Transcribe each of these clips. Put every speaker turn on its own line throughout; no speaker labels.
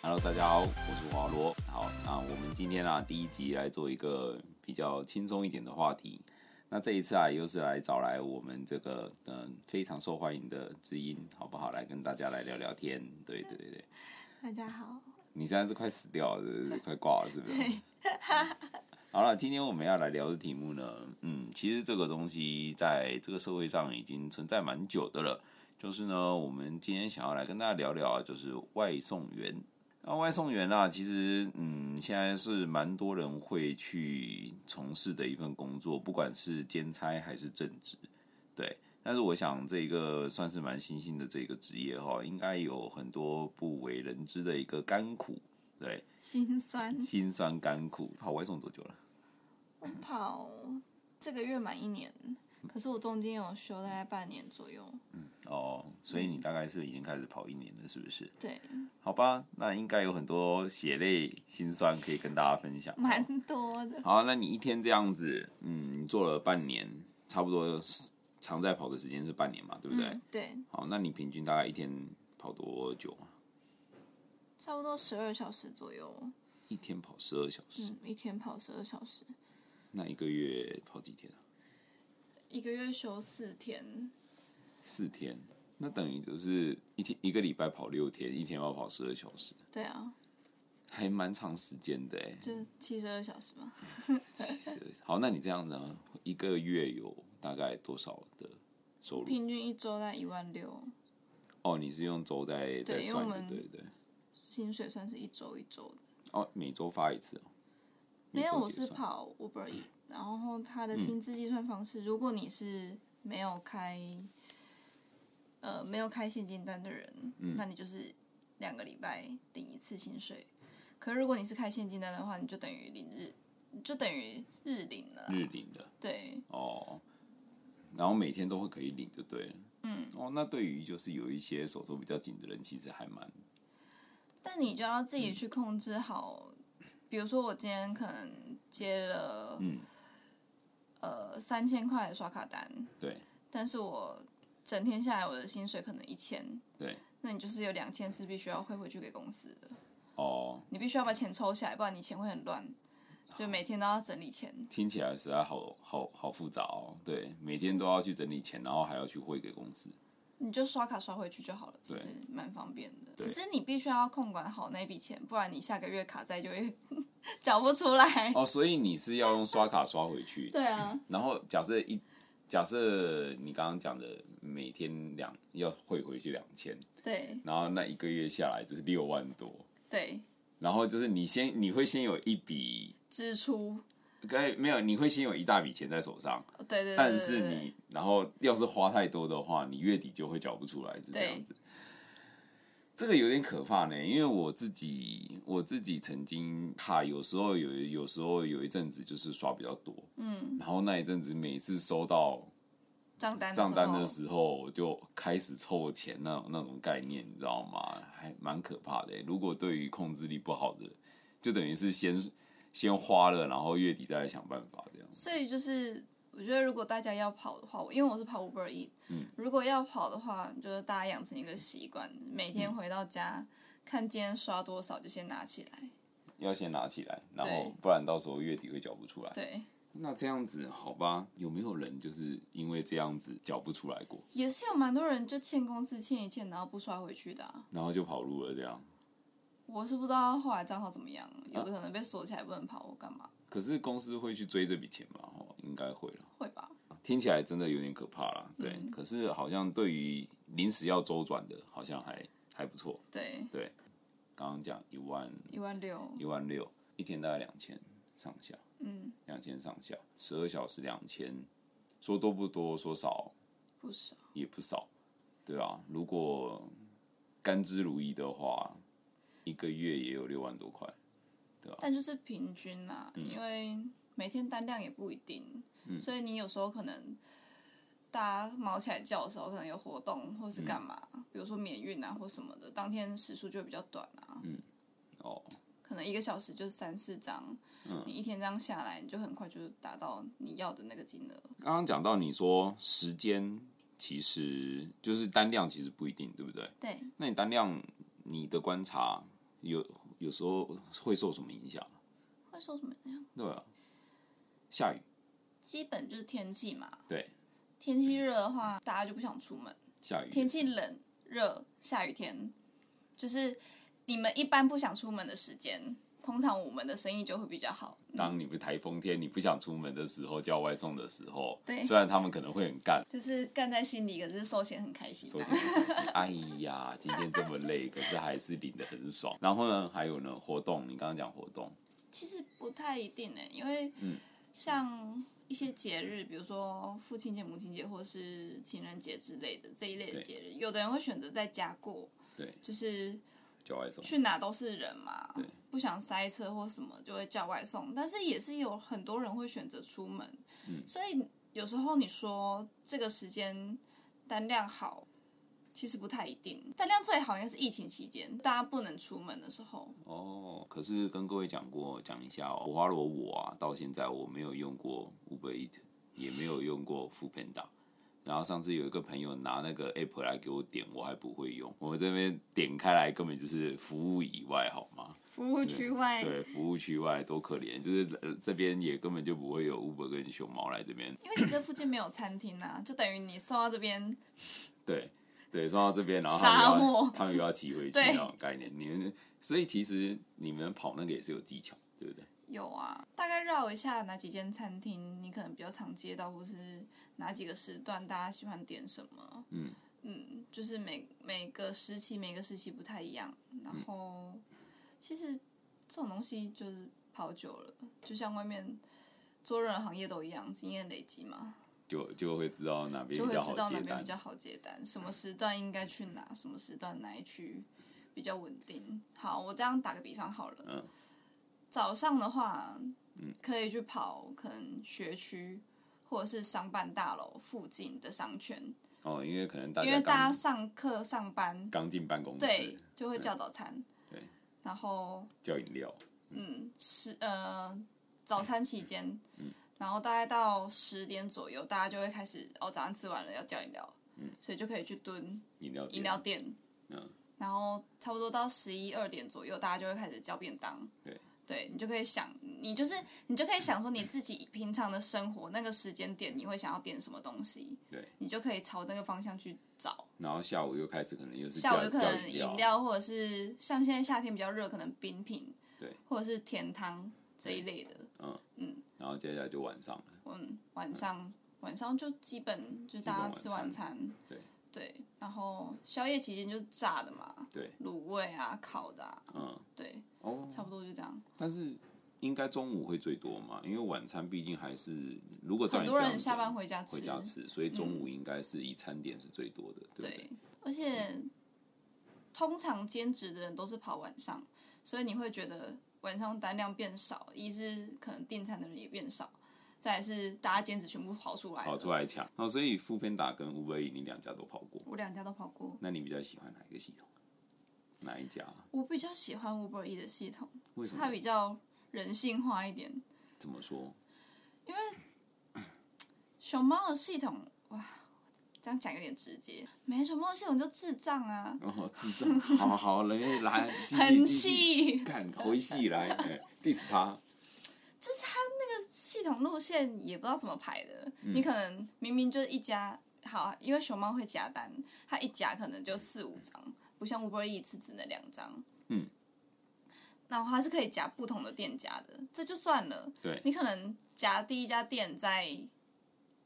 Hello，大家好，我是华罗。好，那我们今天啊第一集来做一个比较轻松一点的话题。那这一次啊，又是来找来我们这个嗯、呃非常受欢迎的知音，好不好？来跟大家来聊聊天。对对对对，
大家好，
你现在是快死掉了，是不是快挂了，是不是？ 好了，今天我们要来聊的题目呢，嗯，其实这个东西在这个社会上已经存在蛮久的了。就是呢，我们今天想要来跟大家聊聊啊，就是外送员。那外送员啊，其实嗯，现在是蛮多人会去从事的一份工作，不管是兼差还是正职，对。但是我想这个算是蛮新兴的这个职业哈，应该有很多不为人知的一个甘苦，对，
心酸。
辛酸甘苦。跑外送多久了？
我跑这个月满一年，可是我中间有休大概半年左右。
哦，所以你大概是已经开始跑一年了，是不是？
对，
好吧，那应该有很多血泪辛酸可以跟大家分享。
蛮多的。
好，那你一天这样子，嗯，你做了半年，差不多是常在跑的时间是半年嘛，对不对？
嗯，对，
好，那你平均大概一天跑多久啊？
差不多十二小时左右。
一天跑十二小时，
嗯，一天跑十二小时，
那一个月跑几天啊？
一个月休四天。
四天，那等于就是一天一个礼拜跑六天，一天要跑十二小时，
对啊，
还蛮长时间的哎。
就是七十二小时嘛。
是 好，那你这样子呢，一个月有大概多少的收入？
平均一周在一万六，
哦，你是用周在在
对因为我
算的，
们
对对。
薪水算是一周一周的。
哦，每周发一次哦。
没有，
每周
我
结
是
算
跑 Uber E，然后它
嗯
的薪资计算方式，如果你是没有开，呃，没有开现金单的人，
嗯
那你就是两个礼拜领一次薪水。可是如果你是开现金单的话，你就等于领日，就等于日领了啦。
日领的
对，
哦，然后每天都会可以领就对了。嗯，哦，那对于就是有一些手头比较紧的人，其实还蛮
但你就要自
嗯
己去控制好。比如说，我今天可能接了，
嗯
呃，三千块的刷卡单，
对
但是我整天下来我的薪水可能一千，
对
那你就是有两千是必须要汇回去给公司的，
哦，
你必须要把钱抽起来，不然你钱会很乱，就每天都要整理钱。
听起来实在好好好复杂哦。对，每天都要去整理钱，然后还要去汇给公司。
你就刷卡刷回去就好了，其
对
实蛮方便的。
对
只是你必须要控管好那笔钱，不然你下个月卡债就会 缴不出来。
哦，所以你是要用刷卡刷回去，
对啊，
然后假设一假设你刚刚讲的每天两要汇回去两千，
对
然后那一个月下来就是六万多，
对，
然后就是你先你会先有一笔，
支出，
该没有你会先有一大笔钱在手上，
对对对对对
但是你然后要是花太多的话，你月底就会缴不出来，是这样子。这个有点可怕呢，因为我自己我自己曾经卡，有时候有有时候有一阵子就是刷比较多，嗯，然后那一阵子每次收到
账单
账单
的
的
时
时候，我就开始凑钱那种那种概念，你知道吗？还蛮可怕的欸。如果对于控制力不好的，就等于是先先花了，然后月底再来想办法这样。
候，所以就是。我觉得如果大家要跑的话，我因为我是跑 Uber E，、如果要跑的话，就是大家养成一个习惯，每天回到家、看今天刷多少就先拿起来。
要先拿起来，然后
对
不然到时候月底会缴不出来。
对，
那这样子好吧？有没有人就是因为这样子缴不出来过，
也是有蛮多人就欠公司欠一欠，然后不刷回去的、啊。
然后就跑路了这样？
我是不知道后来账号怎么样，有的可能被锁起来不能跑，我干嘛？
可是公司会去追这笔钱吗？哦，应该会了。
会吧？
听起来真的有点可怕啦，对。
嗯
可是好像对于临时要周转的，好像还还不错。
对，
对，刚刚讲一万
一万六，
一万六，一天大概两千上下，
嗯，
两千上下，十二小时两千，说多不多，说少
不少。
也不少，对啊，如果甘之如饴的话，一个月也有六万多块，
但就是平均啦、
嗯
因为每天单量也不一定，所以你有时候可能大家忙起来叫的时候，可能有活动或是干嘛，
嗯
比如说免运啊或什么的，当天时数就会比较短啊。
哦，嗯
可能一个小时就是三四张，你一天这样下来，你就很快就达到你要的那个金额。
刚刚讲到你说时间其实就是单量，其实不一定，对不对？
对，
那你单量你的观察有有时候会受什么影响？
会受什么影响？
对啊，下雨，
基本就是天气嘛，
对，
天气热的话，大家就不想出门；
下雨，
天气冷、热、下雨天，就是你们一般不想出门的时间，通常我们的生意就会比较好。
当你们台风天你不想出门的时候，叫外送的时候，
对
虽然他们可能会很干，
就是干在心里，可是收钱很开心、
收
啊
钱。很开心。 哎呀，今天这么累，可是还是领的很爽。然后呢，还有呢，活动，你刚刚讲活动，
其实不太一定呢、欸因为
嗯
像一些节日，比如说父亲节、母亲节或是情人节之类的这一类的
对
节日，有的人会选择在家过，
对，
就是
叫外送，
去哪都是人嘛
对，
不想塞车或什么就会叫外送，但是也是有很多人会选择出门，
嗯
所以有时候你说这个时间单量好。其实不太一定，单量最好应该是疫情期间，大家不能出门的时候。
哦，可是跟各位讲过，讲一下哦，火花罗我啊，到现在我没有用过 Uber Eat，也没有用过 f o o p a n d a 然后上次有一个朋友拿那个 app 来给我点，我还不会用。我这边点开来根本就是服务以外，好吗？
服务区外
对，服务区外多可怜，就是呃这边也根本就不会有 Uber 跟熊猫来这边。
因为你这附近没有餐厅啊，就等于你送到这边，
对对，说到这边，然后他们
沙
又要
漠
他们又要骑回去
对
那种概念。你们所以其实你们跑那个也是有技巧，对不对？
有啊，大概绕一下哪几间餐厅，你可能比较常接到，或是哪几个时段大家喜欢点什么。嗯就是每每个时期每个时期不太一样，然后、其实这种东西就是跑久了，就像外面做任何行业都一样，经验累积嘛，
就就会知道哪边
就
比
会
较
知道
好
哪
接
边
单
比。较好接单，什么时段应该去哪，什么时段哪一区比较稳定。好，我这样打个比方好了，
嗯
早上的话，可以去跑可能学区或者是商办大楼附近的商圈，
哦，因为可能大
因为
家
大家
刚
上课上班，
刚进办公室
对，，就会叫早餐，
对，
然后
叫饮料，
嗯，十呃早餐期间，然后大概到十点左右，大家就会开始哦，早上吃完了要叫饮料，所以就可以去蹲
饮料店
饮料店，
嗯
然后差不多到十一二点左右，大家就会开始叫便当，
对，
对你就可以想，你就是你就可以想说你自己平常的生活那个时间点，你会想要点什么东西，
对，
你就可以朝那个方向去找。
然后下午又开始可能又是
下午
叫
有可
叫
能
饮料，
饮料，或者是像现在夏天比较热，可能冰品，
对，
或者是甜汤这一类的。
然后接下来就晚上了。
嗯，晚上、晚上就基本就大家吃晚餐，
基本晚餐
对，然后宵夜期间就是炸的嘛，
对，
卤味啊、烤的啊，
嗯，
对，
哦，
差不多就这样。
但是应该中午会最多嘛，因为晚餐毕竟还是如果照
很
你
多
这
人
样
下
讲
班回家吃，
回家吃，所以中午应该是以餐点是最多的，对不对
对？，而且通常兼职的人都是跑晚上，所以你会觉得晚上单量变少，一是可能订餐的人也变少，再来是大家兼职全部跑出来，
跑出，来抢，哦那所以富片打跟 Uber Eats 你两家都跑过，
我两家都跑过，
那你比较喜欢哪一个系统？哪一家？
我比较喜欢 Uber E 的系统，
为什
它
么？
比较人性化一点。
怎么说？
熊猫的系统，哇，这样讲有点直接。没熊猫的系统就智障啊，
哦，智障，好好好，人家 来继续
很
继续
细。
干回戏来，哎，diss 他，
系统路线也不知道怎么排的，
嗯
你可能明明就是一家好，啊因为熊猫会夹单，它一夹可能就四五张，不像 Uber E 次只能两张。
嗯。
然后它是可以夹不同的店家的，这就算了。
对
你可能夹第一家店在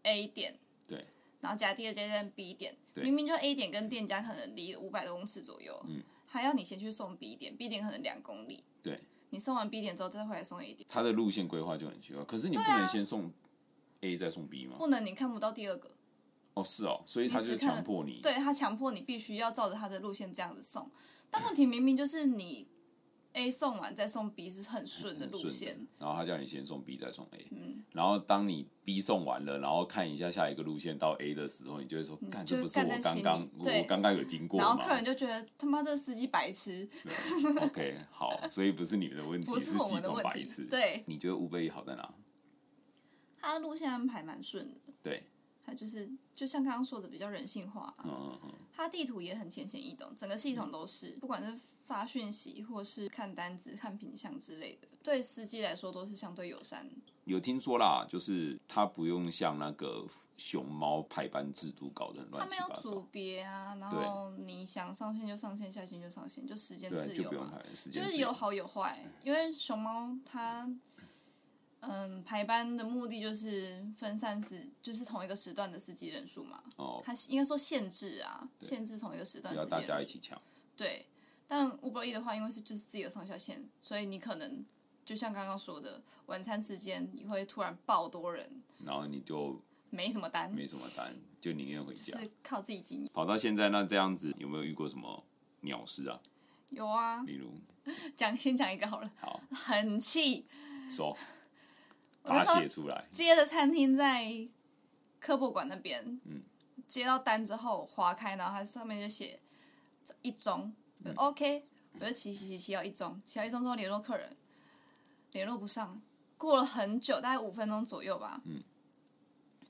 A 店，
对，
然后夹第二家店在 B 店，
对
明明就 A 点跟店家可能离五百多公尺左右，嗯，还要你先去送 B 点，B 点可能两公里，
对，
你送完 B 点之后再回来送 A 点，
他的路线规划就很奇怪。可是你不
啊
能先送 A 再送 B 吗？
不能你看不到第二个，
哦，是哦，所以他就是强迫你，
对他强迫你必须要照着他的路线这样子送，但问题明明就是你 A 送完再送 B 是很顺的
很
路
顺
线
的，。然后他叫你先送 B 再送 A，然
嗯
后当你 B 送完了，然后看一下下一个路线到 A 的时候，你就会说，干，
嗯
这
就会
不是我
干在
刚
心
刚
里对
我刚刚有经过
然后
吗
客人就觉得他妈这司机白痴，
？OK，好，所以不是你们的问题，
不
是
我
系
们的
统
问
白
题。
痴。
对，
你觉得 Uber Eats 好在哪？
他的路线安排蛮顺的，
对，
他就是就像刚刚说的比较人性化啊、
嗯嗯嗯，
它地图也很浅显易懂，整个系统都是，不管是发讯息或是看单子、看品相之类的，对司机来说都是相对友善。
有听说啦，就是它不用像那个熊猫排班制度搞得很
他
乱
没
七
有
八
组
糟，
别啊，然
对
后你想上线就上线，下线就上线，就时间
对，
自
就
由啊
不用
嘛
排。时
就
间
是
自
有
由。
好有坏，因为熊猫它，嗯，排班的目的就是分散司，就是同一个时段的司机人数嘛。
哦，
它应该说限制啊，限制同一个时段
不
司
要
机
大
人
家
数。
一起抢。
对，但 Uber E 的话，因为是就是自己的上下线，所以你可能就像刚刚说的，晚餐时间你会突然爆多人，
然后你就
没什么单，
没什么单，就宁愿回家。
是靠自己经营。
跑到现在，那这样子有没有遇过什么鸟事啊？
有啊，
例如，
讲先讲一个好了，
好
很气，
说
那
发
时候
泄出来，
接的餐厅在科博馆那边，
嗯
接到单之后划开，然后它上面就写一中、
嗯
我就 o k 我就骑骑骑骑到一中，骑到一中之后联络客人，联络不上，过了很久，大概五分钟左右吧，
嗯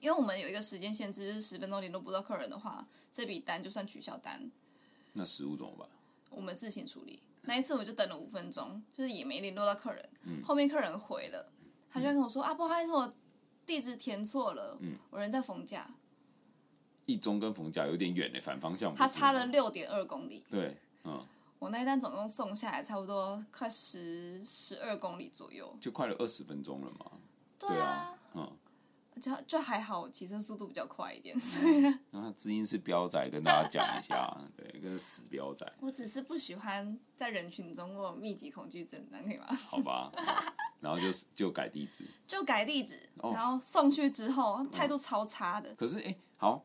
因为我们有一个时间限制，就是十分钟联络不到客人的话，这笔单就算取消单，
那食物怎么办？
我们自行处理。那一次我就等了五分钟，就是也没联络到客人。
嗯
后面客人回了，他就跟我说、啊，不好意思，我地址填错了，
嗯
我人在逢甲，
一中跟逢甲有点远的欸反方向不
他
是吗，
差了六点二公里。
对，嗯，
我那一单总共送下来差不多快十十二公里左右。
就快了二十分钟了嘛。
对
对啊，嗯，
就就还好，我骑车速度比较快一点，
嗯
所以
然后知音是彪仔，跟大家讲一下，对，跟死彪仔，
我只是不喜欢在人群中，我有密集恐惧症，那可以吗？
好吧。嗯然后就是就改地址，
就改地址，
哦
然后送去之后态度超差的，
可是哎、诶好，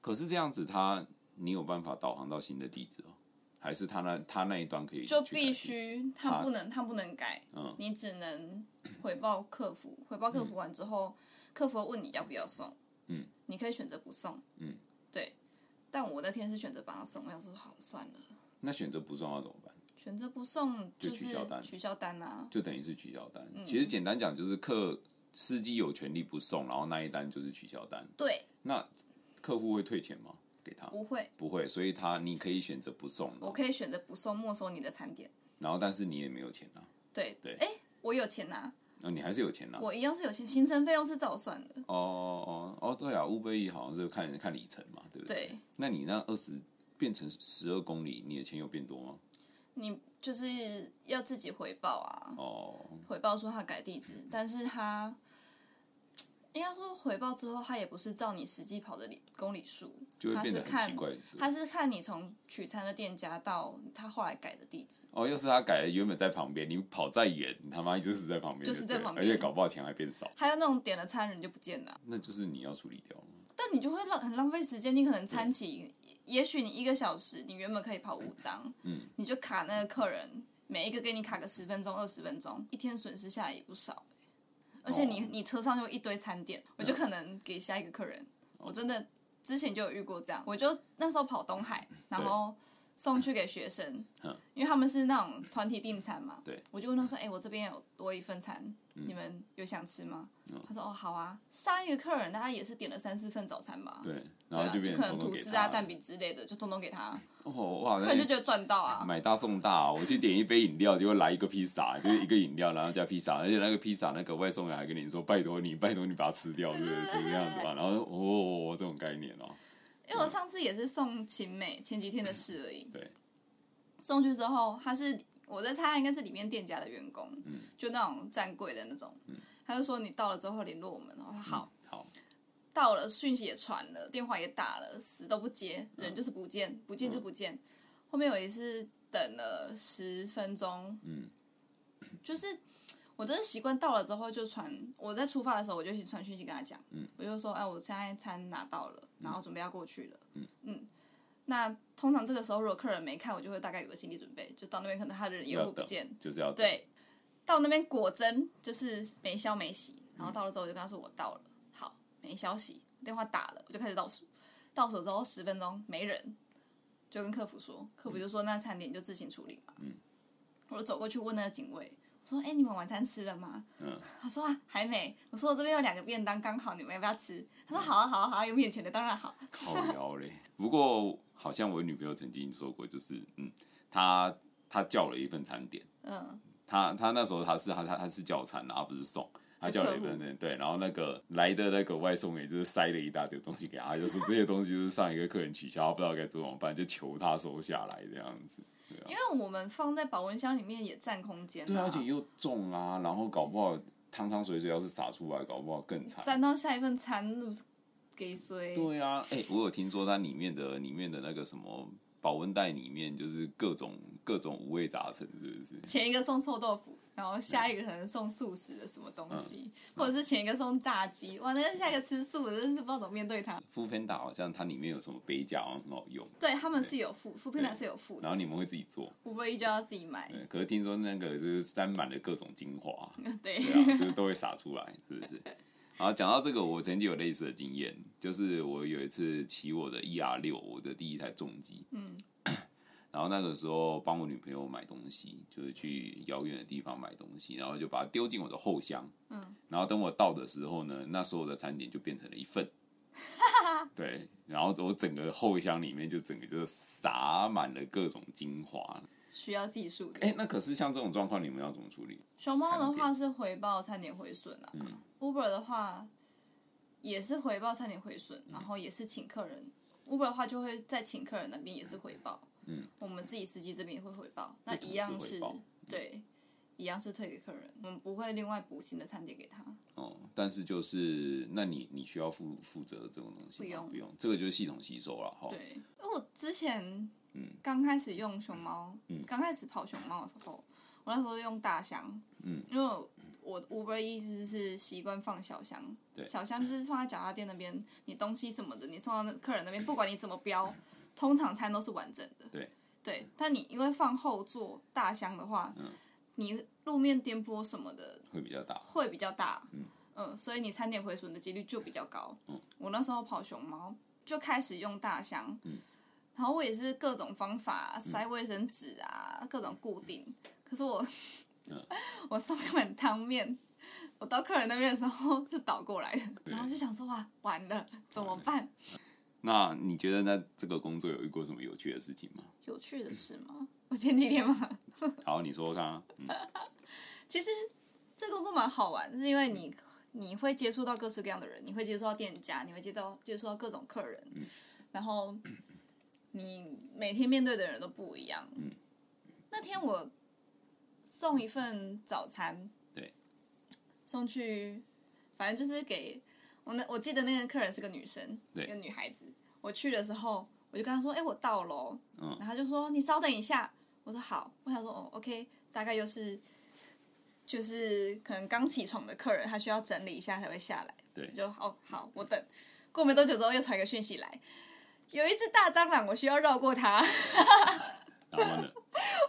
可是这样子他，你有办法导航到新的地址哦？还是他那他那一段可以
就
去改
必
地
须他
他
不能他不能改，
嗯
你只能回报客服，回报客服完之后，客服会问你要不要送，
嗯，
你可以选择不送，
嗯，
对。但我那天是选择帮他送，我想说好算了，
那选择不重要怎么办？
选择不送
就是取消单
取消单啊，
就等于是取消单。
嗯
其实简单讲就是客司机有权利不送，然后那一单就是取消单。
对，
那客户会退钱吗？给他
不会，
不会，所以他你可以选择不送，
我可以选择不送，没收你的餐点，
然后但是你也没有钱啊，
对，
对
哎，我有钱拿，
那你还是有钱拿。哦
我一样是有钱，行程费用是照算的，
哦哦，对啊，乌龟好像是看看里程嘛，对不对？
对
那你那二十变成十二公里，你的钱有变多吗？
你就是要自己回报啊，
哦，
回报说他改地址，但是他应该说回报之后，他也不是照你实际跑的里公里数，
就会
他
变
是
得很
看
奇怪。对
他是看你从取餐的店家到他后来改的地址，
哦，要是他改了，原本在旁边，你跑再远，你他妈就是在旁边对了，
就是在旁边
而且搞不好钱还变少，
还有那种点了餐人就不见了，啊
那就是你要处理掉了。
但你就会浪很浪费时间，你可能餐起，也许你一个小时，你原本可以跑五张，
嗯，
你就卡那个客人，每一个给你卡个十分钟、二十分钟，一天损失下来也不少。欸而且你、
哦啊
你车上就一堆餐点，我就可能给下一个客人。我真的之前就有遇过这样，我就那时候跑东海，然后送去给学生
嗯，
因为他们是那种团体订餐嘛。
对。嗯
我就问他说：“哎、我这边有多一份餐，你们有想吃吗？”他说：“哦，好啊。”上一个客人大概也是点了三四份早餐吧。
对，然后就
对啊，
变
可
成
能
通通
吐
给
司
他
啊、蛋饼之类的，就通通给他，
哦哇，
客人就
那
觉得赚到啊。
买大送大、我去点一杯饮料，结果来一个披萨，就是一个饮料，然后加披萨，而且那个披萨那个外送员还跟你说：“拜托你，拜托你把它吃掉，是不是是这样子 吧？”然后哦，这种概念哦，
因为我上次也是送晴美，前几天的事而已。
对，
送去之后，他是我在猜，他应该是里面店家的员工，
嗯
就那种站柜的那种。他就说你到了之后联络我们，然后
嗯
他好，
好，
到了讯息也传了，电话也打了，死都不接，
嗯
人就是不见，不见就不见。后面我也是等了十分钟，
嗯，
就是我真的习惯到了之后就传，我在出发的时候我就先传讯息跟他讲，
嗯，
我就说，哎，我现在餐拿到了，然后准备要过去了，嗯那通常这个时候如果客人没看，我就会大概有个心理准备，就到那边可能他人也
要
会不
等
见，，
就是要等，
对，到那边果真就是没消没息，然后到了之后我就跟他说我到了，好，没消息，电话打了，我就开始倒数，倒数之后十分钟没人，就跟客服说，客服就
嗯
说那餐点就自行处理嘛，嗯，我就走过去问那个警卫，我说哎、你们晚餐吃了吗？
嗯，
他说啊还没，我说我这边有两个便当刚好，你们要不要吃？他说好啊好啊好啊，有免钱的当然好，
靠腰嘞。不过好像我女朋友曾经说过，就是嗯，她他叫了一份餐点，
嗯，
他他那时候他是他他他是叫餐啊，他不是送。他
就
叫
客
了一份
户
餐对，然后那个来的那个外送员就是塞了一大堆东西给他，他就说这些东西就是上一个客人取消，他不知道该怎么办，就求他收下来这样子。
因为我们放在保温箱里面也占空间、
啊对啊，
啊，
而且又重啊，然后搞不好汤汤水水要是洒出来，搞不好更惨。
占到下一份餐，那不是给谁？
对啊，哎、我有听说它里面的里面的那个什么保温袋里面就是各种各种五味杂陈，是不是？
前一个送臭豆腐，然后下一个可能送素食的什么东
嗯
西，或者是前一个送炸鸡，哇，那下一个吃素的，真是不知道怎么面对它。
富片打好像它里面有什么杯架，好像很好用，
对他们是有付，富平
对
台是有付
然
的，
后你们会自己做。
五百一就要自己买。
对，可是听说那个就是沾满了各种精华，
对，
对啊， 就是都会洒出来，是不是？然后讲到这个，我曾经有类似的经验，就是我有一次骑我的 ER 六，我的第一台重机，
嗯，
然后那个时候帮我女朋友买东西，就是去遥远的地方买东西，然后就把它丢进我的后箱，
嗯，
然后等我到的时候呢，那所有的餐点就变成了一 份，对，然后我整个后箱里面就整个就是洒满了各种精华，
需要技术的。
哎，那可是像这种状况，你们要怎么处理？
熊猫的
餐点
话是回报餐点回损啊、u
嗯
b e r 的话也是回报餐点回损，
嗯
然后也是请客人。Uber 的话就会在请客人那边也是回报，
嗯，
我们自己司机这边也会回报，那
同
一
时
样
回
是
报嗯
对，一样是退给客人，我们不会另外补新的餐点给他。
哦，但是就是，那你你需要负负责这种东西吗？
不用
不用，这个就是系统吸收了哈。齁，
对，因为我之前
嗯
刚开始用熊猫，刚、开始跑熊猫的时候，我那时候用大箱，
嗯
因为我我 Uber 一直是习惯放小箱，
对
小箱就是放在脚踏垫那边，你东西什么的，你送到那客人那边，不管你怎么标，通常餐都是完整的，
对
对，但你因为放后座大箱的话，
嗯
你路面颠簸什么的，
会比较大。
会比较大，嗯、所以你餐点回损的几率就比较高。我那时候跑熊猫就开始用大箱，然后我也是各种方法啊塞卫生纸啊，各种固定。可是我， 我送一碗汤面，我到客人那边的时候是倒过来的，然后就想说哇，完了怎么办？
那你觉得那这个工作有遇过什么有趣的事情吗？
有趣的事吗？我前几天嘛，
好，你说说看啊。嗯
其实这工作蛮好玩，是因为
嗯
你你会接触到各式各样的人，你会接触到店家，你会接到接触到各种客人，
嗯
然后你每天面对的人都不一样。
嗯
那天我送一份早餐，
对，
送去，反正就是给我那我记得那个客人是个女生，
对
一个女孩子。我去的时候，我就跟她说：“哎、我到了哦。
嗯
然后她就说：“你稍等一下。”我说：“好。”我想说：“哦，OK，大概又是就是可能刚起床的客人，他需要整理一下才会下来。”
对
我就哦好，我等。过没多久之后，又传一个讯息来，有一只大蟑螂，我需要绕过它。
然后呢？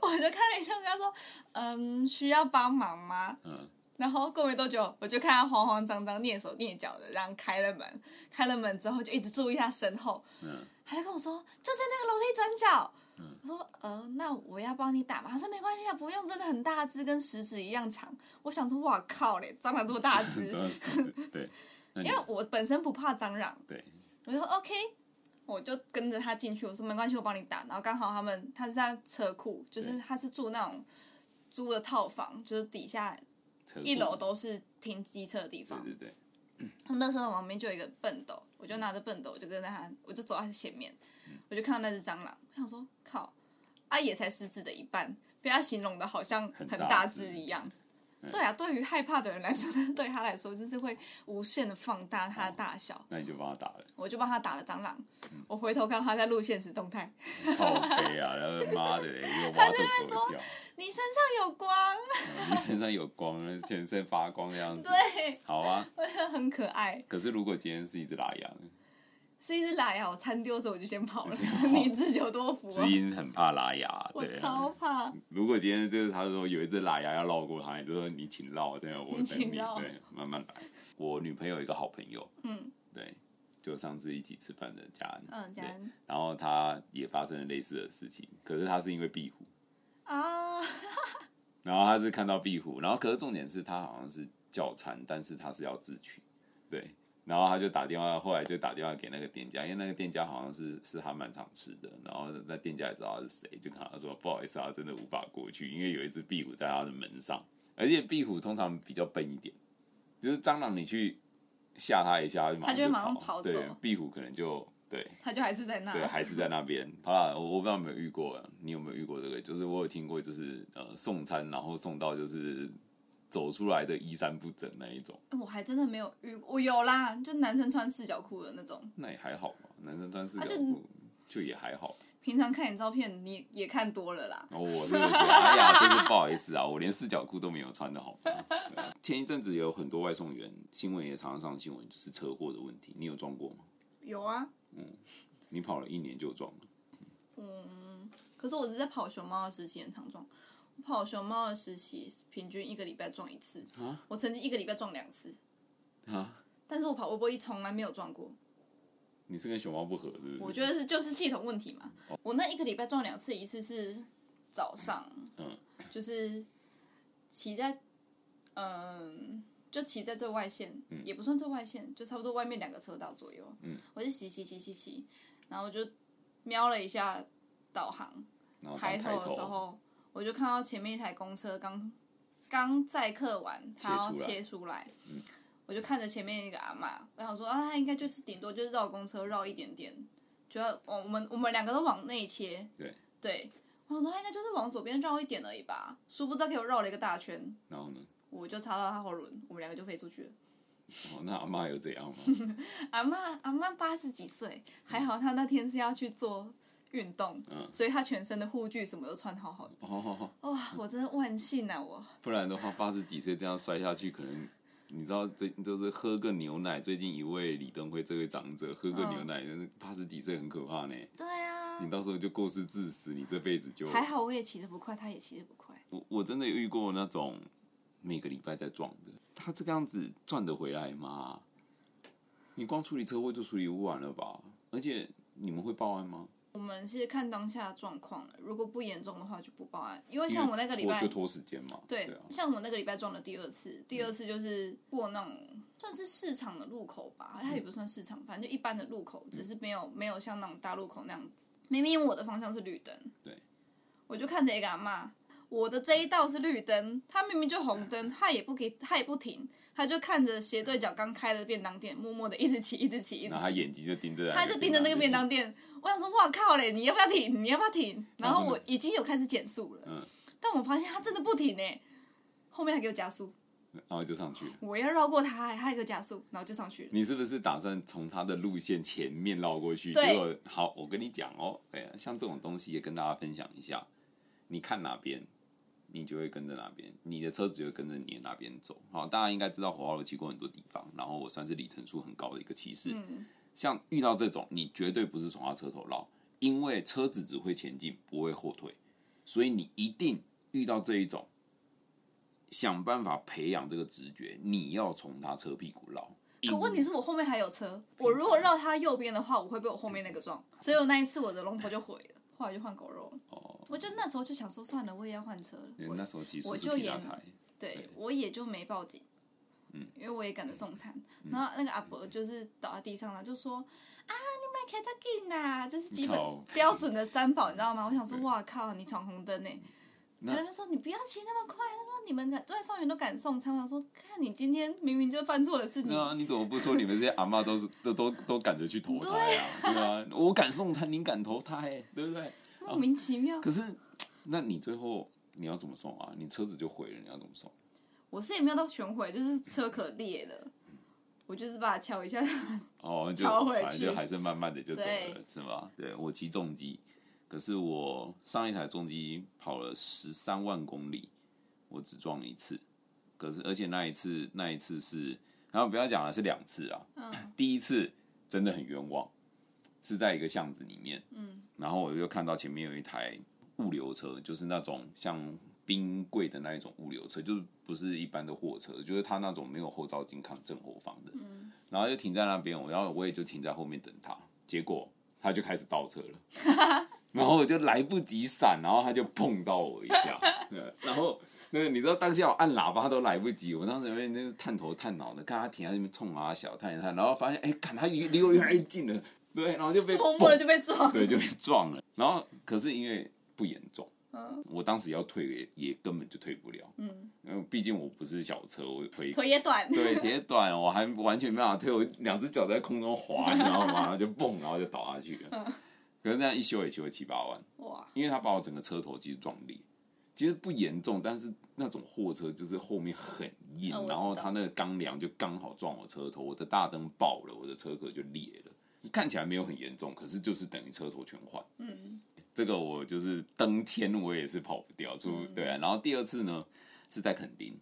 我就看了一下，跟他说：“嗯，需要帮忙吗？”
嗯，
然后过没多久，我就看他慌慌张张、蹑手蹑脚的，然后开了门。开了门之后，就一直注意他身后。
嗯，
他就跟我说：“就在那个楼梯转角。我说：“呃，那我要帮你打吗？”他说：“没关系啊，不用，真的很大只，跟食指一样长。”我想说：“哇靠嘞，蟑螂这么大只
真！”的是对。那你
因为我本身不怕蟑螂，
对
我就说 OK，我就跟着他进去，我说没关系，我帮你打。然后刚好他们他是在车库，就是
对
他是住那种租的套房，就是底下
车
一
库
楼都是停机车的地
对
方。
对对，
他们那时候旁边就有一个笨斗，我就拿着笨斗，我就跟在他，我就走到他前面，
嗯
我就看到那只蟑螂，我想说靠，啊也才食指的一半，被他形容的好像
很
很
大
大
只嗯
只一样。对啊，对于害怕的人来说，对他来说就是会无限的放大它
哦
的大小。
那你就帮他打了，
我就帮他打了蟑螂。
嗯
我回头看他在录现实动态，
靠背啊！然后妈的嘞，又挖这
会说
狗跳，嗯
你身上有光，
你身上有光，全身发光这样子。
对，
好啊，
我觉得很可爱。
可是如果今天是一只拉羊，
是一只懒呀，我餐丢着我就先 跑了
先跑，
你自求多福
知
啊！
音很怕拉牙，
我
对啊。
超怕，
如果今天就是他说有一只喇牙要绕过他，你就说你请绕，这样我
你
等你，
请绕
对，慢慢来。我女朋友有一个好朋友，
嗯
对，就上次一起吃饭的家人，
嗯，
对
讲
然后她也发生了类似的事情，可是她是因为壁虎，
啊，
然后她是看到壁虎，然后可是重点是她好像是叫餐，但是她是要自取，对，然后他就打电话，后来就打电话给那个店家，因为那个店家好像是是他蛮常吃的，然后那店家也知道他是谁，就跟他说不好意思啊，真的无法过去，因为有一只壁虎在他的门上，而且壁虎通常比较笨一点，就是蟑螂你去吓它一下，
它就会马
马
上
上
跑
对
走，
壁虎可能就对
他就还是在 那。
对，啊还是在那边。好啦，我我不知道有没有遇过啊，你有没有遇过这个？就是我有听过，就是呃送餐，然后送到就是走出来的衣衫不整那一种。
我还真的没有遇，我有啦，就男生穿四角裤的那种。
那也还好嘛，男生穿四
啊
角
就
裤就也还好。
平常看你照片，你也看多了啦。
然后我是有觉得，哎呀，真是不好意思啊，我连四角裤都没有穿的好吗？ 对啊前一阵子有很多外送员，新闻也常常上新闻，就是车祸的问题。你有撞过吗？
有啊，
你跑了一年就撞了，
嗯可是我是在跑熊猫的时期很常撞。我跑熊猫的时期，平均一个礼拜撞一次。我曾经一个礼拜撞两次，
啊？
但是我跑微波一从来没有撞过。
你是跟熊猫不合是不是？
我觉得是就是系统问题嘛。我那一个礼拜撞两次，一次是早上，
嗯
就是骑在，嗯、就骑在最外线，也不算最外线，就差不多外面两个车道左右。嗯，我就骑骑骑骑骑，然后我就瞄了一下导航，
然后当
抬
抬
头的时候，我就看到前面一台公车刚刚载客完，它要切
切
出来，我就看着前面一个阿嬷，我想说啊，她应该就是顶多就是绕公车绕一点点，就要我我们我们两个都往内切，
对
对，我想说她啊应该就是往左边绕一点而已吧，殊不知她给我绕了一个大圈，
然后呢？
我就插到她后轮，我们两个就飞出去了。
哦，那阿妈有怎样 吗？
阿妈阿妈八十几岁，还好她那天是要去做运动，
嗯
所以她全身的护具什么都穿好好的。
哦，
哇，我真的万幸啊！我
不然的话，八十几岁这样摔下去，可能你知道，这就是喝个牛奶。最近一位李登辉这位长者喝个牛奶，但是八十几岁很可怕呢。
对啊
你，到时候就过失致死，你这辈子就
还好我也骑得不快，他也骑得不快。
我我真的遇过那种每个礼拜在撞的，他这个样子赚得回来吗？你光处理车祸就处理不完了吧？而且你们会报案吗？
我们是看当下的状况，如果不严重的话就不报案，因
因
为
为
像我那个礼拜
拖就拖时间嘛。
对，
对啊，嗯
像我那个礼拜撞了第二次，第二次就是过那种算是市场的路口吧，它也不算市场，反正就一般的路口，
嗯
只是没有没有像那种大路口那样子。明明我的方向是绿灯，
对，
我就看着一个阿嬷，我的这一道是绿灯，她明明就红灯，她也不给，她也不停，她就看着斜对角刚开的便当店，默默的一直骑，一直骑，一直
然后他
骑。
眼睛就盯着，
他就盯着那个便当店，我想说，哇靠嘞，你要不要停？你要不要停？然后
后呢
我已经有开始减速了，
嗯
但我发现他真的不停呢、后面还给我加速，
然后就上去了。
我要绕过他，他还给我加速，然后就上去了。
你是不是打算从他的路线前面绕过去？
对
结果好，我跟你讲哦，对啊，像这种东西也跟大家分享一下，你看哪边，你就会跟着哪边，你的车子就会跟着你的哪边走。好，大家应该知道火花楼骑过很多地方，然后我算是里程数很高的一个骑士。
嗯，
像遇到这种，你绝对不是从他车头绕，因为车子只会前进，不会后退，所以你一定遇到这一种，想办法培养这个直觉，你要从他车屁股绕。
可问题是我后面还有车，我如果绕他右边的话，我会被我后面那个撞，所以我那一次我的龙头就毁了，后来就换狗肉了。
哦
我就那时候就想说，算了，我也要换车
对
了。
那时候其实
我
是
就
皮大
也
台，
对，我也就没报警。嗯，因为我也赶着送餐，
嗯
然后那个阿婆就是倒在地上了，就说：“啊，你买开加进啦！”就是基本
靠
标准的三宝，你知道吗？我想说，
对
哇靠，你闯红灯呢、
那
有人说你不要骑那么快，他说你们敢外送员都敢送餐，我想说，看你今天明明就犯错的是你，
那你啊怎么不说你们这些阿嬷都是都都都赶着去投胎啊？对啊，我敢送餐，你敢投胎、对不对？
莫名其妙。
可是，那你最后你要怎么送啊？你车子就毁了，你要怎么送？
我是也没有到全毁，就是车壳裂了，我就是把它敲 一下，
哦，就
敲回
反正
去
就还是慢慢的就走
对
了，是吧？对我骑重机，可是我上一台重机跑了十三万公里，我只撞一次，可是而且那一次那一次是，然后不要讲了，是两次啊。
嗯
第一次真的很冤枉，是在一个巷子里面，嗯，然后我就看到前面有一台物流车，就是那种像冰柜的那一种物流车，就是不是一般的货车，就是它那种没有后照镜看正后方的，然后就停在那边，我然后我也就停在后面等他，结果他就开始倒车了，然后我就来不及闪，然后他就碰到我一下， 对然后那个你知道当下我按喇叭都来不及，我当时有点那个探头探脑的，看他停在那边冲啊小探一探，然后发现哎，看他离离我越来越近了，对，然后 就被
默
蹦
默的就被 撞。
对，就被撞了。然后可是因为不严重，我当时要退也也根本就退不了，嗯，因为毕竟我不是小车，我推
腿也短，
对铁短，哦我还完全没办法推，我两只脚在空中滑，你知道吗？然后就蹦，然后就倒下去了。可是那样一修也修了七八万，
哇，
因为他把我整个车头其实撞裂，其实不严重，但是那种货车就是后面很硬，
哦我知道
然后他那个钢梁就刚好撞我车头，我的大灯爆了，我的车壳就裂了。看起来没有很严重，可是就是等于车头全换。嗯，这个我就是登天我也是跑不掉，出、
嗯
对啊。然后第二次呢是在垦丁，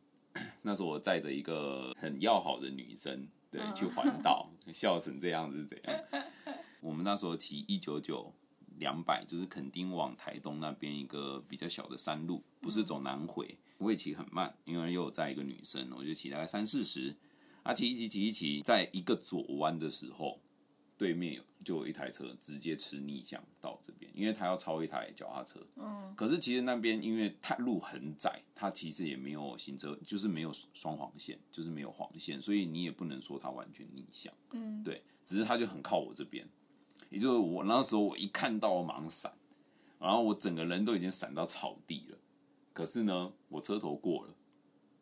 那时候我载着一个很要好的女生，对，
嗯
去环岛， 笑成这样子是怎样？我们那时候骑一九九两百，就是垦丁往台东那边一个比较小的山路，不是走南回，我也骑很慢，因为又有载一个女生，我就骑大概三四十，啊，骑一骑骑一骑，在一个左弯的时候，对面有就有一台车直接吃逆向到这边，因为他要超一台脚踏车，嗯，可是其实那边因为它路很窄，它其实也没有行车，就是没有双黄线，就是没有黄线，所以你也不能说它完全逆向，嗯，对，只是它就很靠我这边。也就是我那时候我一看到我马上闪，然后我整个人都已经闪到草地了。可是呢，我车头过了，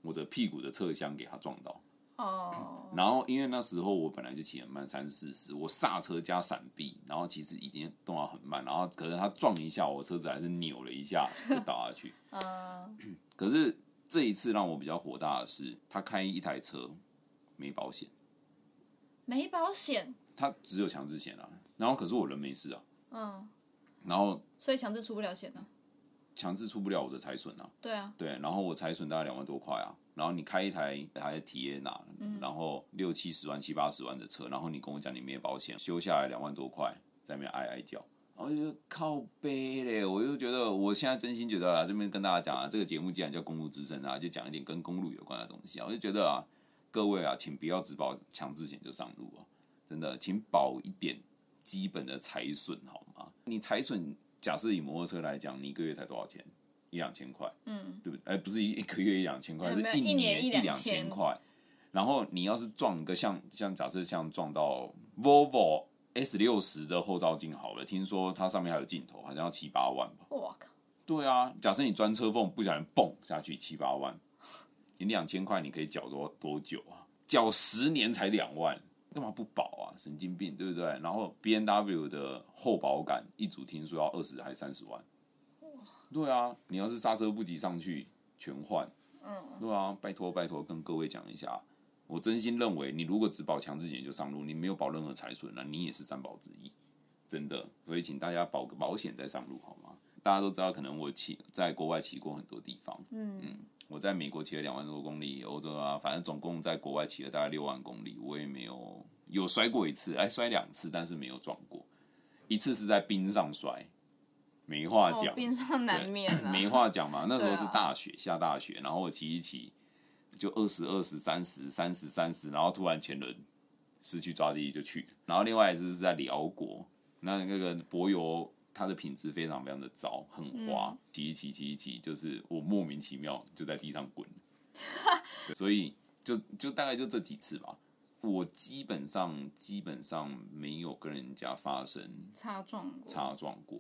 我的屁股的侧箱给它撞到。
哦，
然后因为那时候我本来就骑很慢，三四十，我刹车加闪避，然后其实已经动到很慢，然后可是它撞一下，我车子还是扭了一下就倒下去。
嗯，
可是这一次让我比较火大的是，他开一台车没保险，
没保险，
他只有强制险啊。然后可是我人没事啊，
嗯，
然后
所以强制出不了险呢、
强制出不了我的财损啊。
对啊，
对，然后我财损大概两万多块啊，然后你开一台还要体验拿，然后六七十万、七八十万的车，然后你跟我讲你没保险，修下来两万多块，在那边哀哀叫，然后就觉得靠背嘞，我就觉得我现在真心觉得啊，这边跟大家讲啊，这个节目既然叫公路之声啊，就讲一点跟公路有关的东西啊，我就觉得啊，各位啊，请不要只保强制险就上路啊，真的，请保一点基本的财损好吗？你财损假设以摩托车来讲，你一个月才多少钱？一两千块，嗯，对不对？哎、不是一一个月一两千块，
哎
是
没有
一
一年
一
一
两
两千
千块。然后你要是撞一个像像假设像撞到 Volvo S 六十的后照镜好了，听说它上面还有镜头，好像要七八万吧。
我靠，
对啊，假设你钻车缝不小心蹦下去七八万，你两千块你可以缴多多久啊？缴十年才两万，干嘛不保啊？神经病，对不对？然后 B N W 的后保杆一组听说要二十还三十万，对啊，你要是刹车不及上去全换，嗯，对啊，拜托拜托，跟各位讲一下。我真心认为，你如果只保强制险就上路，你没有保任何财损，那你也是三保之一，真的。所以请大家保个保险再上路好吗？大家都知道，可能我骑在国外骑过很多地方，嗯我在美国骑了两万多公里，欧洲啊，反正总共在国外骑了大概六万公里，我也没有有摔过一次，哎，摔两次，但是没有撞过，一次是在冰上摔，没话
哦
讲，
冰上难免啊，
没话讲嘛。那时候是
对啊
大雪，下大雪，然后我骑一骑，就二十二十三十三十三十，然后突然前轮失去抓地力就去了。然后另外一次是在辽国，那那个柏油它的品质非常非常的糟，很滑，
嗯
骑一骑骑一骑，就是我莫名其妙就在地上滚了。 对所以就就大概就这几次吧。我基本上基本上没有跟人家发生
擦撞过，
擦撞过。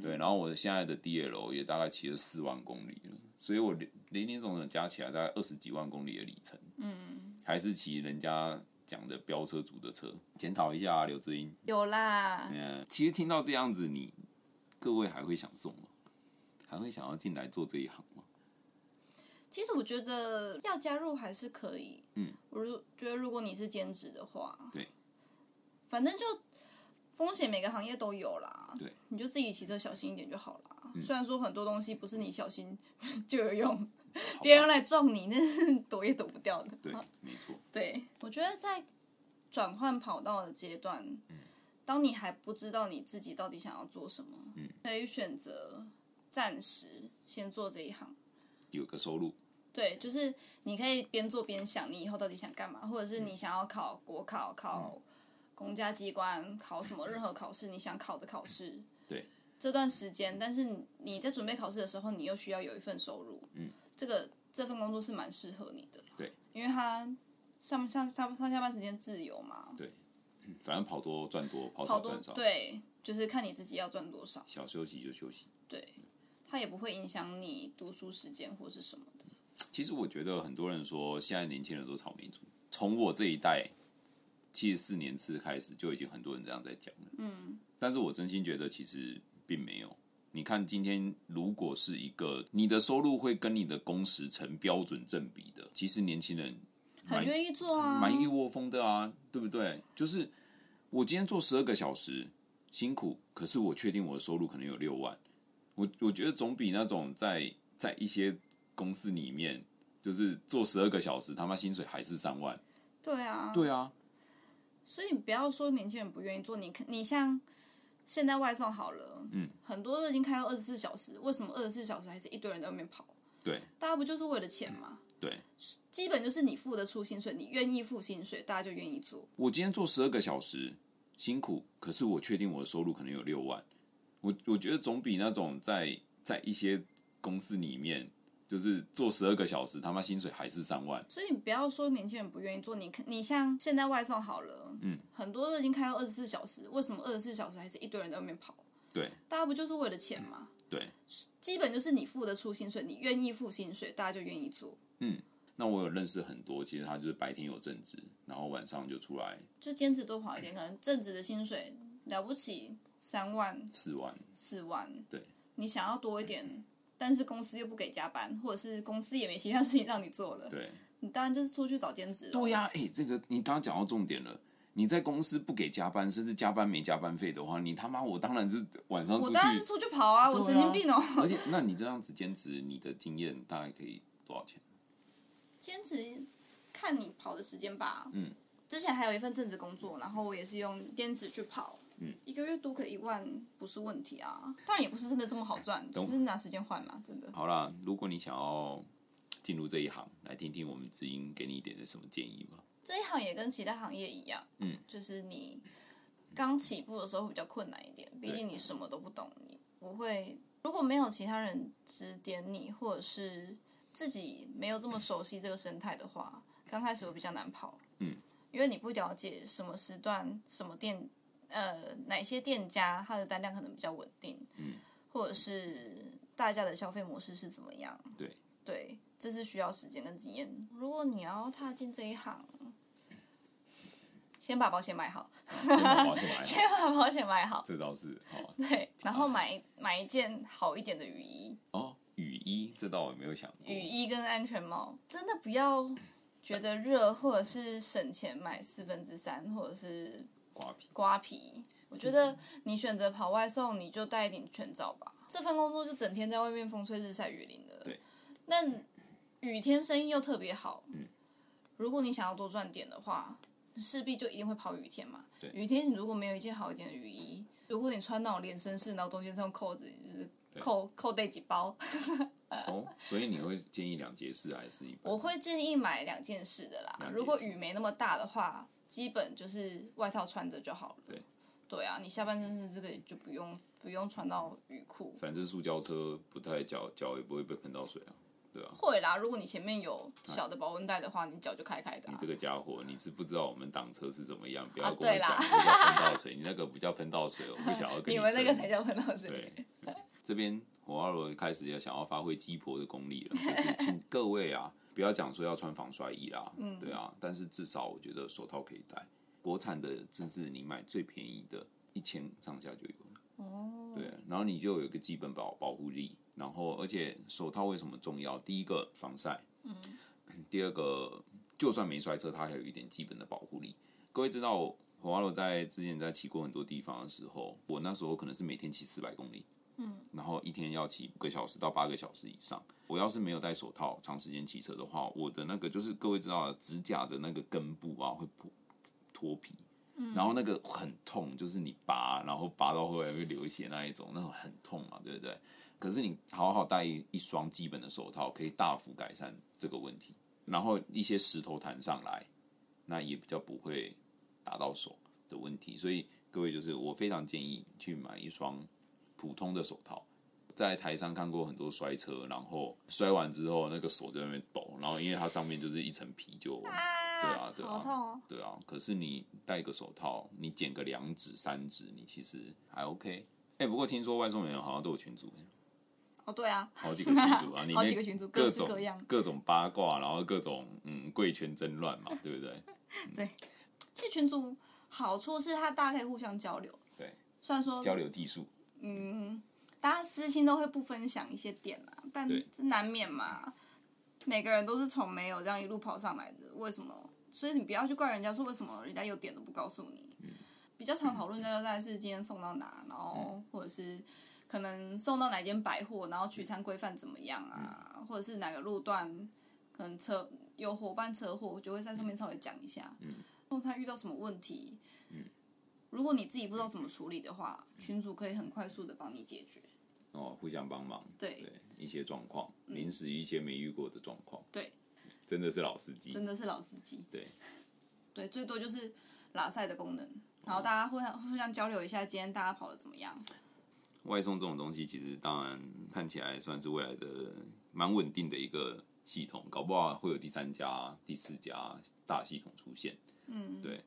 对，然后我现在的 DL 也大概骑了四万公里了，所以我零零零总总加起来大概二十几万公里的里程。嗯，还是骑人家讲的飙车族的车。检讨一下、啊、刘志英，
有啦，
嗯，其实听到这样子，你各位还会想送吗？还会想要进来做这一行吗？
其实我觉得要加入还是可以。嗯，我如觉得如果你是兼职的话，
对，
反正就风险每个行业都有啦。
对，嗯
你就自己骑车小心一点就好啦。虽然说很多东西不是你小心 就有用，别人来撞你，那是躲也躲不掉的。
对，没错，
对，我觉得在转换跑道的阶段，当你还不知道你自己到底想要做什么，可以选择暂时先做这一行。
有个收入，
对，就是你可以边做边想你以后到底想干嘛，或者是你想要考国考、考公家机关、考什么任何考试，你想考的考试。
对。
这段时间，但是你你在准备考试的时候，你又需要有一份收入，嗯，这个这份工作是蛮适合你的，
对，
因为它上上上上下班时间自由嘛，
对，反正跑多赚多，跑
好
少
多
赚少，
对，就是看你自己要赚多少，
小休息就休息。
对，它也不会影响你读书时间或是什么的，
其实我觉得很多人说现在年轻人都草莓族，从我这一代七十四年次开始，就已经很多人这样在讲了。嗯，但是我真心觉得其实并没有。你看，今天如果是一个你的收入会跟你的工时成标准正比的，其实年轻人蛮
很愿意做啊，
蛮一窝蜂的啊，对不对？就是我今天做十二个小时，辛苦，可是我确定我的收入可能有六万，我我觉得总比那种在在一些公司里面，就是做十二个小时，他妈薪水还是三万，
对啊，
对啊，
所以你不要说年轻人不愿意做，你看你像现在外送好了，嗯，很多都已经开到二十四小时，为什么二十四小时还是一堆人在外面跑？
对
大家不就是为了钱吗？
嗯对。
基本就是你付得出薪水，你愿意付薪水，大家就愿意做。
我今天做十二个小时，辛苦，可是我确定我的收入可能有六万，我我觉得总比那种在在一些公司里面，就是做十二个小时，他妈薪水还是三万，
所以你不要说年轻人不愿意做，你看你像现在外送好了，嗯，很多都已经开到二十四小时，为什么二十四小时还是一堆人在外面跑？
对
大家不就是为了钱吗？
对。
基本就是你付得出薪水，你愿意付薪水，大家就愿意做。
那我有认识很多，其实他就是白天有正职，然后晚上就出来
就兼职多跑一点，可能正职的薪水了不起三万
四万，
四万，
对，
你想要多一点，但是公司又不给加班，或者是公司也没其他事情让你做了，
对，
你当然就是出去找兼职了。
对呀、哎、这个你刚刚讲到重点了。你在公司不给加班，甚至加班没加班费的话，你他妈我当然是晚上出
我
去。
当然是出去跑啊，
对啊
我神经病哦、
而且，那你这样子兼职，你的经验大概可以多少钱？
兼职看你跑的时间吧。嗯。之前还有一份正职工作，然后我也是用兼职去跑，嗯，一个月多个一万不是问题啊。当然也不是真的这么好赚，只
懂
是拿时间换嘛，真的。
好啦，如果你想要进入这一行，来听听我们知音给你一点的什么建议吧。
这一行也跟其他行业一样，嗯，就是你刚起步的时候会比较困难一点，毕竟你什么都不懂，你不会如果没有其他人指点你，或者是自己没有这么熟悉这个生态的话，刚开始会比较难跑，
嗯，
因为你不了解什么时段、什么店，呃，哪些店家它的单量可能比较稳定，嗯，或者是大家的消费模式是怎么样，
对
对，这是需要时间跟经验。如果你要踏进这一行，先把保险买好，
先把保险买好，
先把保险买好，
这倒是哦
对，然后买买一件好一点的雨衣、
哦，雨衣这倒我没有想过。
雨衣跟安全帽，真的不要觉得热或者是省钱买四分之三或者是
瓜皮
瓜皮。我觉得你选择跑外送，你就带一点全罩吧。这份工作就整天在外面风吹日晒雨淋的，
对。
那雨天生意又特别好，嗯。如果你想要多赚点的话，势必就一定会跑雨天嘛。
对
雨天你如果没有一件好一点的雨衣，如果你穿那种连身式，然后中间是用扣子，你就是扣扣带几包。
哦，所以你会建议两节式还是一般？
我会建议买两件式的啦
两件。式
如果雨没那么大的话，基本就是外套穿着就好了。
对，
啊，你下半身是这个就不用不用穿到雨裤。
反正塑胶车不太脚脚也不会被喷到水啊。
会啦，如果你前面有小的保温袋的话，你脚就开开的、
你
啊
这。个家伙，你是不知道我们挡车是怎么样，不要
啊
跟我
对啦
讲你那叫喷到水，你那个不叫喷到水，我不想要跟
你
争
们那个才叫喷到水。
对。 这边火二楼开始要想要发挥鸡婆的功力了， 就是请各位啊，不要讲说要穿防摔衣啦，对啊，但是至少我觉得手套可以戴。国产的真是你买最便宜的，一千上下就有了。哦，对，然后你就有一个基本保保护力，然后而且手套为什么重要？第一个防晒，嗯， 第二个就算没摔车，它还有一点基本的保护力。各位知道，火花罗在之前在骑过很多地方的时候，我那时候可能是每天骑四百公里，嗯，然后一天要骑五个小时到八个小时以上。我要是没有戴手套，长时间骑车的话，我的那个就是各位知道的指甲的那个根部啊会破脱皮，然后那个很痛，就是你拔，然后拔到后来会流血那一种，那种很痛嘛，对不对？可是你好好戴一一双基本的手套，可以大幅改善这个问题。然后一些石头弹上来，那也比较不会打到手的问题。所以各位就是我非常建议去买一双普通的手套。在台上看过很多摔车，然后摔完之后那个手在那边抖，然后因为它上面就是一层皮就，对啊对
好痛
啊
哦！
对啊。可是你戴个手套，你剪个两指三指，你其实还 OK。哎、不过听说外送员好像都有群组，
哦，对啊，
好几个群组啊，里面
好几个群组各式
种
各样
各种八卦，然后各种嗯贵圈争乱 嘛，对不对？
其实群组好处是它大家可以互相交流。
对，
虽然说
交流技术，
嗯大家私心都会不分享一些点啊，但
对
这难免嘛。每个人都是从没有这样一路跑上来的，为什么？所以你不要去怪人家说为什么人家有点都不告诉你。比较常讨论的大概是今天送到哪，然后或者是可能送到哪间百货，然后取餐规范怎么样啊，或者是哪个路段可能车有伙伴车祸，我就会在上面稍微讲一下。嗯，他遇到什么问题？如果你自己不知道怎么处理的话，群主可以很快速的帮你解决。
哦，互相帮忙，
对嗯
对一些状况，临时一些没遇过的状况，
对，
真的是老司机，
真的是老司机。
对，
对，最多就是拉塞的功能，然后大家互相互相交流一下，今天大家跑的怎么样？
外送这种东西，其实当然看起来算是未来的蛮稳定的一个系统，搞不好会有第三家、第四家大系统出现。嗯，对。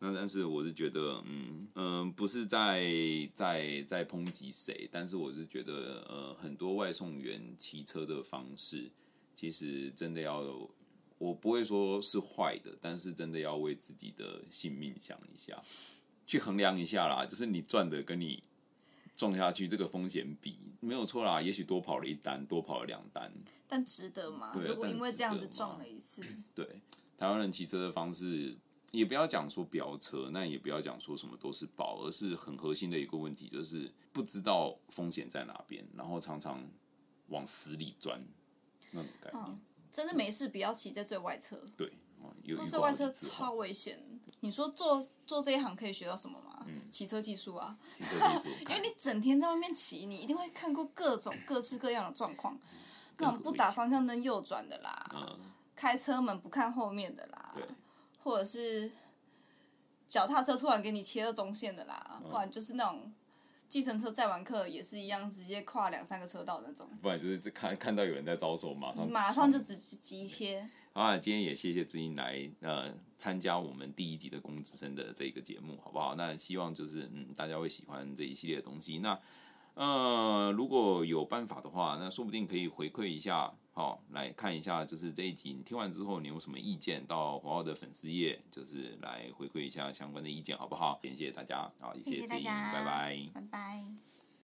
那但是我是觉得，嗯嗯、不是在在在抨击谁，但是我是觉得，呃，很多外送员骑车的方式，其实真的要有，我不会说是坏的，但是真的要为自己的性命想一下，去衡量一下啦，就是你赚的跟你撞下去这个风险比没有错啦，也许多跑了一单，多跑了两单，
但值得吗？
对啊
如果因为这样子
但值得吗
撞了一次，
对，台湾人骑车的方式，也不要讲说飙车，那也不要讲说什么都是宝，而是很核心的一个问题，就是不知道风险在哪边，然后常常往死里钻那种概
哦
念。
真的没事，不要骑在最外侧，
对，哦有
因
遇过
为最
好
外
几
侧
次
超危险。你说做做这一行可以学到什么吗？骑车技术啊，
骑车技术，
因为你整天在外面骑，你一定会看过各种各式各样的状况，那种不打方向灯右转的啦，
嗯，
开车门不看后面的啦，
对，
或者是脚踏车突然给你切二中线的啦，不然就是那种计程车载完客也是一样，直接跨两三个车道那种，
不然就是看看到有人在招手，马上
马上就直急切。
啊，今天也谢谢志英来呃参加我们第一集的公子生的这个节目，好不好？那希望就是嗯大家会喜欢这一系列的东西。那呃如果有办法的话，那说不定可以回馈一下，好、来看一下，就是这一集你听完之后你有什么意见，到华奥的粉丝页就是来回馈一下相关的意见，好不好？感谢大家，好，谢志
谢谢
英，
大家
拜拜。
拜拜。